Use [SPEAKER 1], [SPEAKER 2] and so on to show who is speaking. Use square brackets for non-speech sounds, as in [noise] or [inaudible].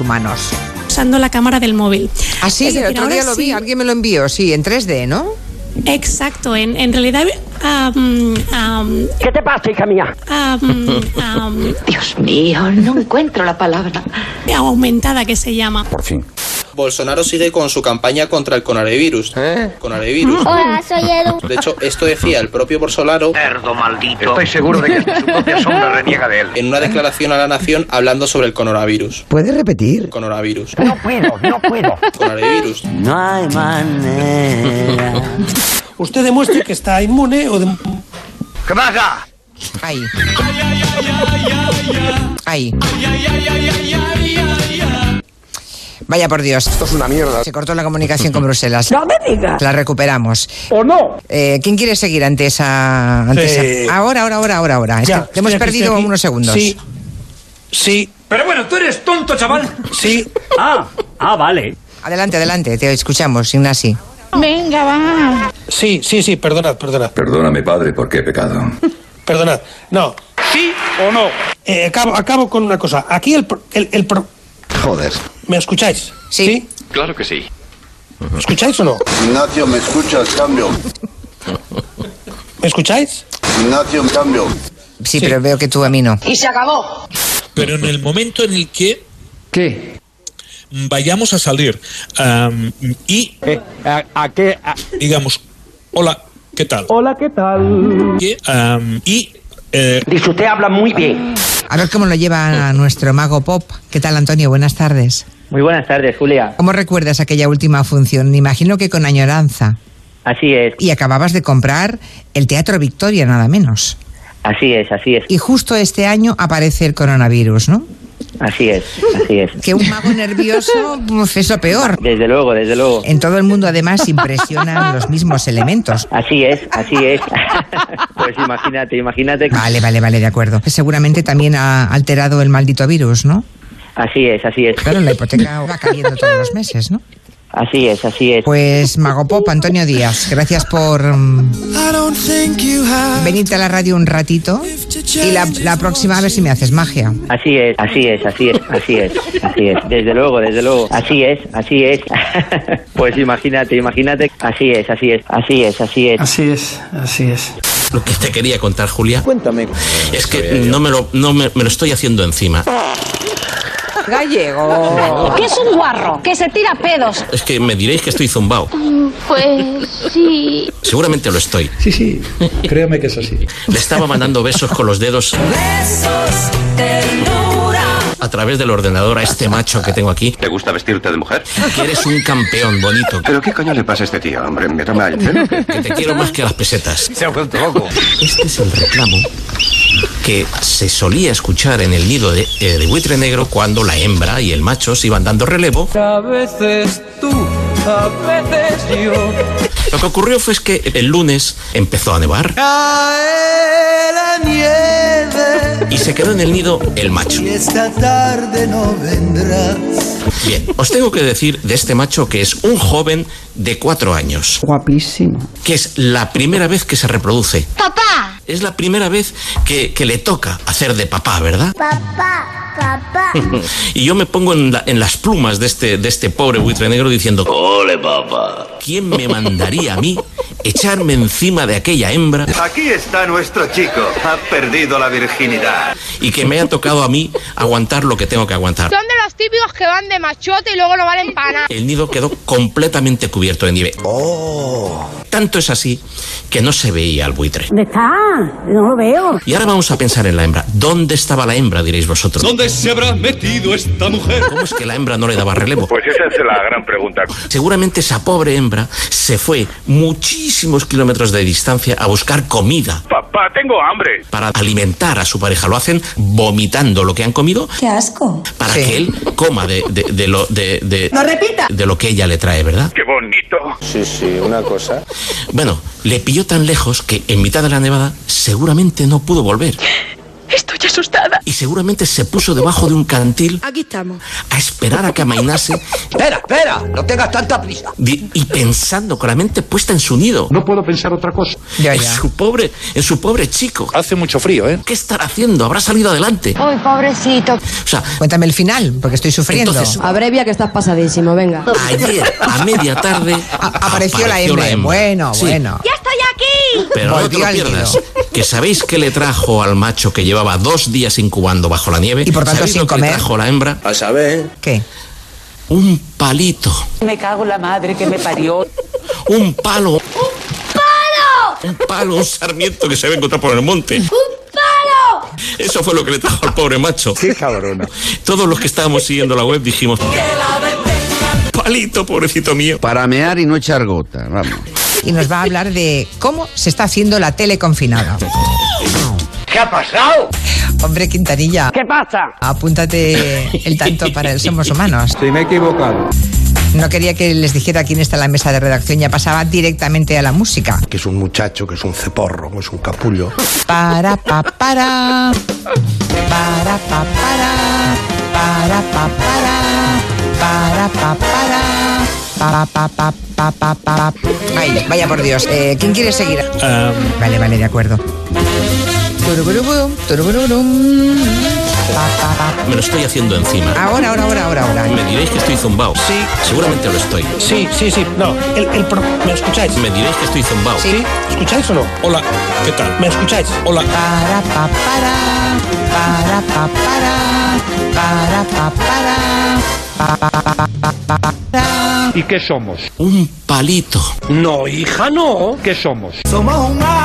[SPEAKER 1] humanos.
[SPEAKER 2] usando la cámara del móvil.
[SPEAKER 1] Así,
[SPEAKER 2] Es
[SPEAKER 1] Ah, el
[SPEAKER 2] decir,
[SPEAKER 1] otro
[SPEAKER 2] ahora
[SPEAKER 1] día lo vi,
[SPEAKER 2] sí-
[SPEAKER 1] alguien me lo envió, sí, en 3D, ¿no?
[SPEAKER 2] Exacto, en, en realidad... am, am,
[SPEAKER 3] ¿Qué te pasa, hija mía?
[SPEAKER 2] am, am,
[SPEAKER 4] Dios mío, no encuentro la palabra.
[SPEAKER 2] aumentada que se llama.
[SPEAKER 5] Por fin.
[SPEAKER 6] Bolsonaro sigue con su campaña contra el coronavirus.
[SPEAKER 7] ¿Eh?
[SPEAKER 6] Coronavirus.
[SPEAKER 8] Hola, soy Edu.
[SPEAKER 6] De hecho, esto decía el propio Bolsonaro
[SPEAKER 3] Cerdo maldito. Estoy seguro de que su propia sombra reniega de él.
[SPEAKER 6] en una declaración a la nación hablando sobre el coronavirus.
[SPEAKER 7] ¿Puedes repetir?
[SPEAKER 6] Coronavirus.
[SPEAKER 3] No puedo, no puedo.
[SPEAKER 6] Coronavirus.
[SPEAKER 7] No hay manera.
[SPEAKER 9] pues Usted demuestre que está inmune o de-
[SPEAKER 3] ¿Qué pasa?
[SPEAKER 1] Ahí. Ahí. Vaya por Dios. Esto es una mierda. Se cortó la comunicación con Bruselas. No me digas. La recuperamos.
[SPEAKER 9] ¿O no?
[SPEAKER 1] Eh, ¿Quién quiere seguir ante esa, ante
[SPEAKER 9] Eh,
[SPEAKER 1] esa- Ahora, ahora, ahora, ahora, ahora. Es
[SPEAKER 9] Ya,
[SPEAKER 1] que te
[SPEAKER 9] estoy
[SPEAKER 1] hemos
[SPEAKER 9] aquí,
[SPEAKER 1] perdido
[SPEAKER 9] estoy aquí.
[SPEAKER 1] unos segundos.
[SPEAKER 9] Sí. Sí.
[SPEAKER 10] Pero bueno, tú eres tonto, chaval.
[SPEAKER 9] Sí.
[SPEAKER 10] Ah, ah, vale.
[SPEAKER 1] Adelante, adelante. Te escuchamos, Ignasi.
[SPEAKER 9] Sí, sí, sí, perdonad, perdonad.
[SPEAKER 5] Perdóname, padre, porque he pecado.
[SPEAKER 9] Perdonad. No.
[SPEAKER 10] ¿Sí o no?
[SPEAKER 9] Eh, acabo, acabo con una cosa. Aquí el, pro- el, el pro-
[SPEAKER 5] Joder.
[SPEAKER 9] ¿Me escucháis?
[SPEAKER 1] Sí.
[SPEAKER 5] Claro que sí.
[SPEAKER 9] ¿Me escucháis o no?
[SPEAKER 11] Ignacio, ¿me escuchas? Cambio.
[SPEAKER 9] ¿Me escucháis?
[SPEAKER 11] Ignacio, cambio.
[SPEAKER 1] Sí, pero veo que tú a mí no.
[SPEAKER 10] Pero en el momento en el que
[SPEAKER 7] ¿Qué?
[SPEAKER 10] vayamos a salir am, y
[SPEAKER 7] Eh, ¿a, qué?
[SPEAKER 10] digamos, hola, ¿qué tal?
[SPEAKER 9] Hola, ¿qué tal?
[SPEAKER 10] Y, am, y eh,
[SPEAKER 3] Dice, usted habla muy bien.
[SPEAKER 1] A ver cómo lo lleva a nuestro mago pop. ¿Qué tal, Antonio? Buenas tardes.
[SPEAKER 3] Muy buenas tardes, Julia.
[SPEAKER 1] ¿Cómo recuerdas aquella última función? Me imagino que con añoranza.
[SPEAKER 3] Así es,
[SPEAKER 1] Y acababas de comprar el Teatro Victoria, nada menos.
[SPEAKER 3] así es, así es,
[SPEAKER 1] Y justo este año aparece el coronavirus, ¿no?
[SPEAKER 3] así es, así es.
[SPEAKER 1] Que un mago nervioso pues, es lo peor.
[SPEAKER 3] Desde luego, desde luego.
[SPEAKER 1] En todo el mundo, además, impresionan los mismos elementos.
[SPEAKER 3] Así es, así es. [laughs] Pues imagínate, imagínate. que-
[SPEAKER 1] Vale, vale, vale, de acuerdo. Seguramente también ha alterado el maldito virus, ¿no?
[SPEAKER 3] Así es, así es,
[SPEAKER 1] Claro, la hipoteca va cayendo todos los meses, ¿no?
[SPEAKER 3] así es, así es.
[SPEAKER 1] Pues Mago Pop, Antonio Díaz, gracias por mm, venirte a la radio un ratito y la, la próxima a ver si me haces magia.
[SPEAKER 3] Así es, así es, así es, así es, así es. Desde luego, desde luego. Así es, así es. [laughs] Pues imagínate, imagínate. Así es, así es, así es, así es.
[SPEAKER 9] Así es, así es.
[SPEAKER 10] lo que te quería contar, Julia,
[SPEAKER 7] Cuéntame.
[SPEAKER 10] es que no me lo, no me, me lo estoy haciendo encima.
[SPEAKER 1] Gallego.
[SPEAKER 4] ¿Qué es un guarro? Que se tira pedos.
[SPEAKER 10] Es que me diréis que estoy zumbao.
[SPEAKER 8] Pues sí.
[SPEAKER 10] Seguramente lo estoy.
[SPEAKER 9] Sí, sí. [laughs] Créame que es así.
[SPEAKER 10] Le estaba mandando besos con los dedos a través del ordenador a este macho que tengo aquí.
[SPEAKER 5] ¿Te gusta vestirte de mujer?
[SPEAKER 10] Que eres un campeón bonito.
[SPEAKER 5] ¿Pero qué coño le pasa a este tío, hombre? ¿Me toma
[SPEAKER 10] [laughs]
[SPEAKER 5] el pelo?
[SPEAKER 10] Que te quiero más que a las pesetas.
[SPEAKER 5] [laughs] Se ha vuelto loco.
[SPEAKER 10] Este es el reclamo que se solía escuchar en el nido de, eh, de buitre negro cuando la hembra y el macho se iban dando relevo.
[SPEAKER 9] A veces tú, a veces yo.
[SPEAKER 10] Lo que ocurrió fue es que el lunes empezó a nevar
[SPEAKER 7] Cae la nieve
[SPEAKER 10] y se quedó en el nido el macho.
[SPEAKER 7] y esta tarde no vendrá.
[SPEAKER 10] Bien, os tengo que decir de este macho que es un joven de cuatro años. Guapísimo. Que es la primera vez que se reproduce.
[SPEAKER 8] Papá,
[SPEAKER 10] Es la primera vez que, que le toca hacer de papá, ¿verdad?
[SPEAKER 8] papá, papá.
[SPEAKER 10] [laughs] Y yo me pongo en, la- en las plumas de este, de este pobre buitre negro diciendo,
[SPEAKER 11] Ole, papá.
[SPEAKER 10] ¿quién me mandaría a mí echarme encima de aquella hembra
[SPEAKER 11] Aquí está nuestro chico. Ha perdido la virginidad.
[SPEAKER 10] y que me ha tocado a mí aguantar lo que tengo que aguantar?
[SPEAKER 8] Son de los típicos que van de machote y luego no valen para nada.
[SPEAKER 10] El nido quedó completamente cubierto de nieve.
[SPEAKER 5] Oh.
[SPEAKER 10] Tanto es así que no se veía al buitre.
[SPEAKER 4] ¿Dónde está? No lo veo.
[SPEAKER 10] Y ahora vamos a pensar en la hembra. ¿Dónde estaba la hembra, diréis vosotros?
[SPEAKER 11] ¿Dónde se habrá metido esta mujer?
[SPEAKER 10] ¿Cómo es que la hembra no le daba relevo?
[SPEAKER 5] Pues esa es la gran pregunta.
[SPEAKER 10] Seguramente esa pobre hembra se fue muchísimos kilómetros de distancia a buscar comida
[SPEAKER 5] Papá, tengo hambre.
[SPEAKER 10] para alimentar a su pareja. Lo hacen vomitando lo que han comido
[SPEAKER 4] Qué asco.
[SPEAKER 10] para
[SPEAKER 1] Sí.
[SPEAKER 10] que él coma de, de- de lo, de, de- de lo que ella le trae, ¿verdad?
[SPEAKER 5] Qué bonito.
[SPEAKER 10] Bueno, le pilló tan lejos que en mitad de la nevada seguramente no pudo volver.
[SPEAKER 4] Esto
[SPEAKER 10] estoy asustada. Y seguramente se puso debajo de un cantil
[SPEAKER 12] Aquí estamos.
[SPEAKER 10] a esperar a que amainase. ¡Espera, espera! ¡No tengas tanta prisa! Y pensando con la mente puesta en su nido. No puedo pensar otra cosa.
[SPEAKER 1] Ya,
[SPEAKER 10] en
[SPEAKER 1] ya.
[SPEAKER 10] su pobre, en su pobre chico. Hace mucho frío, ¿eh? ¿Qué estará haciendo? ¿Habrá salido adelante?
[SPEAKER 1] Uy, pobrecito. Cuéntame el final, porque estoy sufriendo.
[SPEAKER 10] Entonces-
[SPEAKER 12] Abrevia que estás pasadísimo, venga.
[SPEAKER 10] Ayer, a media tarde,
[SPEAKER 1] Ah, apareció la hembra. Bueno,
[SPEAKER 10] Sí,
[SPEAKER 1] bueno.
[SPEAKER 12] ¡Ya estoy aquí!
[SPEAKER 10] Pero no te
[SPEAKER 1] Volvió
[SPEAKER 10] lo
[SPEAKER 1] al
[SPEAKER 10] pierdas. Que sabéis que le trajo al macho que llevaba dos días incubando bajo la nieve.
[SPEAKER 1] Y por tanto
[SPEAKER 10] ¿Sabéis
[SPEAKER 1] sin
[SPEAKER 10] lo que
[SPEAKER 1] comer?
[SPEAKER 10] Le trajo la hembra. A saber.
[SPEAKER 1] ¿Qué?
[SPEAKER 10] Un palito.
[SPEAKER 13] Me cago en la madre que me parió.
[SPEAKER 10] Un palo.
[SPEAKER 13] ¡Palo!
[SPEAKER 10] Un palo, un sarmiento que se había encontrado por el monte.
[SPEAKER 13] ¡Palo!
[SPEAKER 10] Eso fue lo que le trajo al pobre macho. Qué cabrona. Todos los que estábamos siguiendo la web dijimos. Palito, pobrecito mío.
[SPEAKER 14] Para mear y no echar gota, vamos.
[SPEAKER 1] Y nos va a hablar de cómo se está haciendo la tele confinada.
[SPEAKER 9] ¿Qué ha pasado?
[SPEAKER 1] Hombre, Quintanilla. ¿Qué pasa? Apúntate el tanto para el Somos Humanos.
[SPEAKER 7] Si me he equivocado.
[SPEAKER 1] No quería que les dijera quién está en la mesa de redacción, ya pasaba directamente a la música.
[SPEAKER 15] Que es un muchacho, que es un ceporro, que es un capullo.
[SPEAKER 1] Para pa para. Para pa para. Para pa para. Para pa para. Pa pa pa pa pa pa. Ay, vaya por Dios. Eh, ¿Quién quiere seguir? Vale, vale, de acuerdo. Turuburuburum, turuburuburum. Pa, pa, pa.
[SPEAKER 10] Me lo estoy haciendo encima.
[SPEAKER 1] Ahora, ahora, ahora, ahora, ahora.
[SPEAKER 10] Me diréis que estoy zumbao. Sí. Seguramente lo estoy.
[SPEAKER 1] Sí, sí, sí. No, el, ¿me escucháis?
[SPEAKER 10] Me diréis que estoy zumbao.
[SPEAKER 1] Sí.
[SPEAKER 10] ¿Escucháis o no? Hola, ¿qué tal? ¿Me escucháis? Hola.
[SPEAKER 1] Para pa para. Para pa para. Para pa para. Pa, pa, pa, pa, pa, para.
[SPEAKER 10] ¿Y qué somos? Un palito. No, hija, no. ¿Qué somos?
[SPEAKER 9] Somos un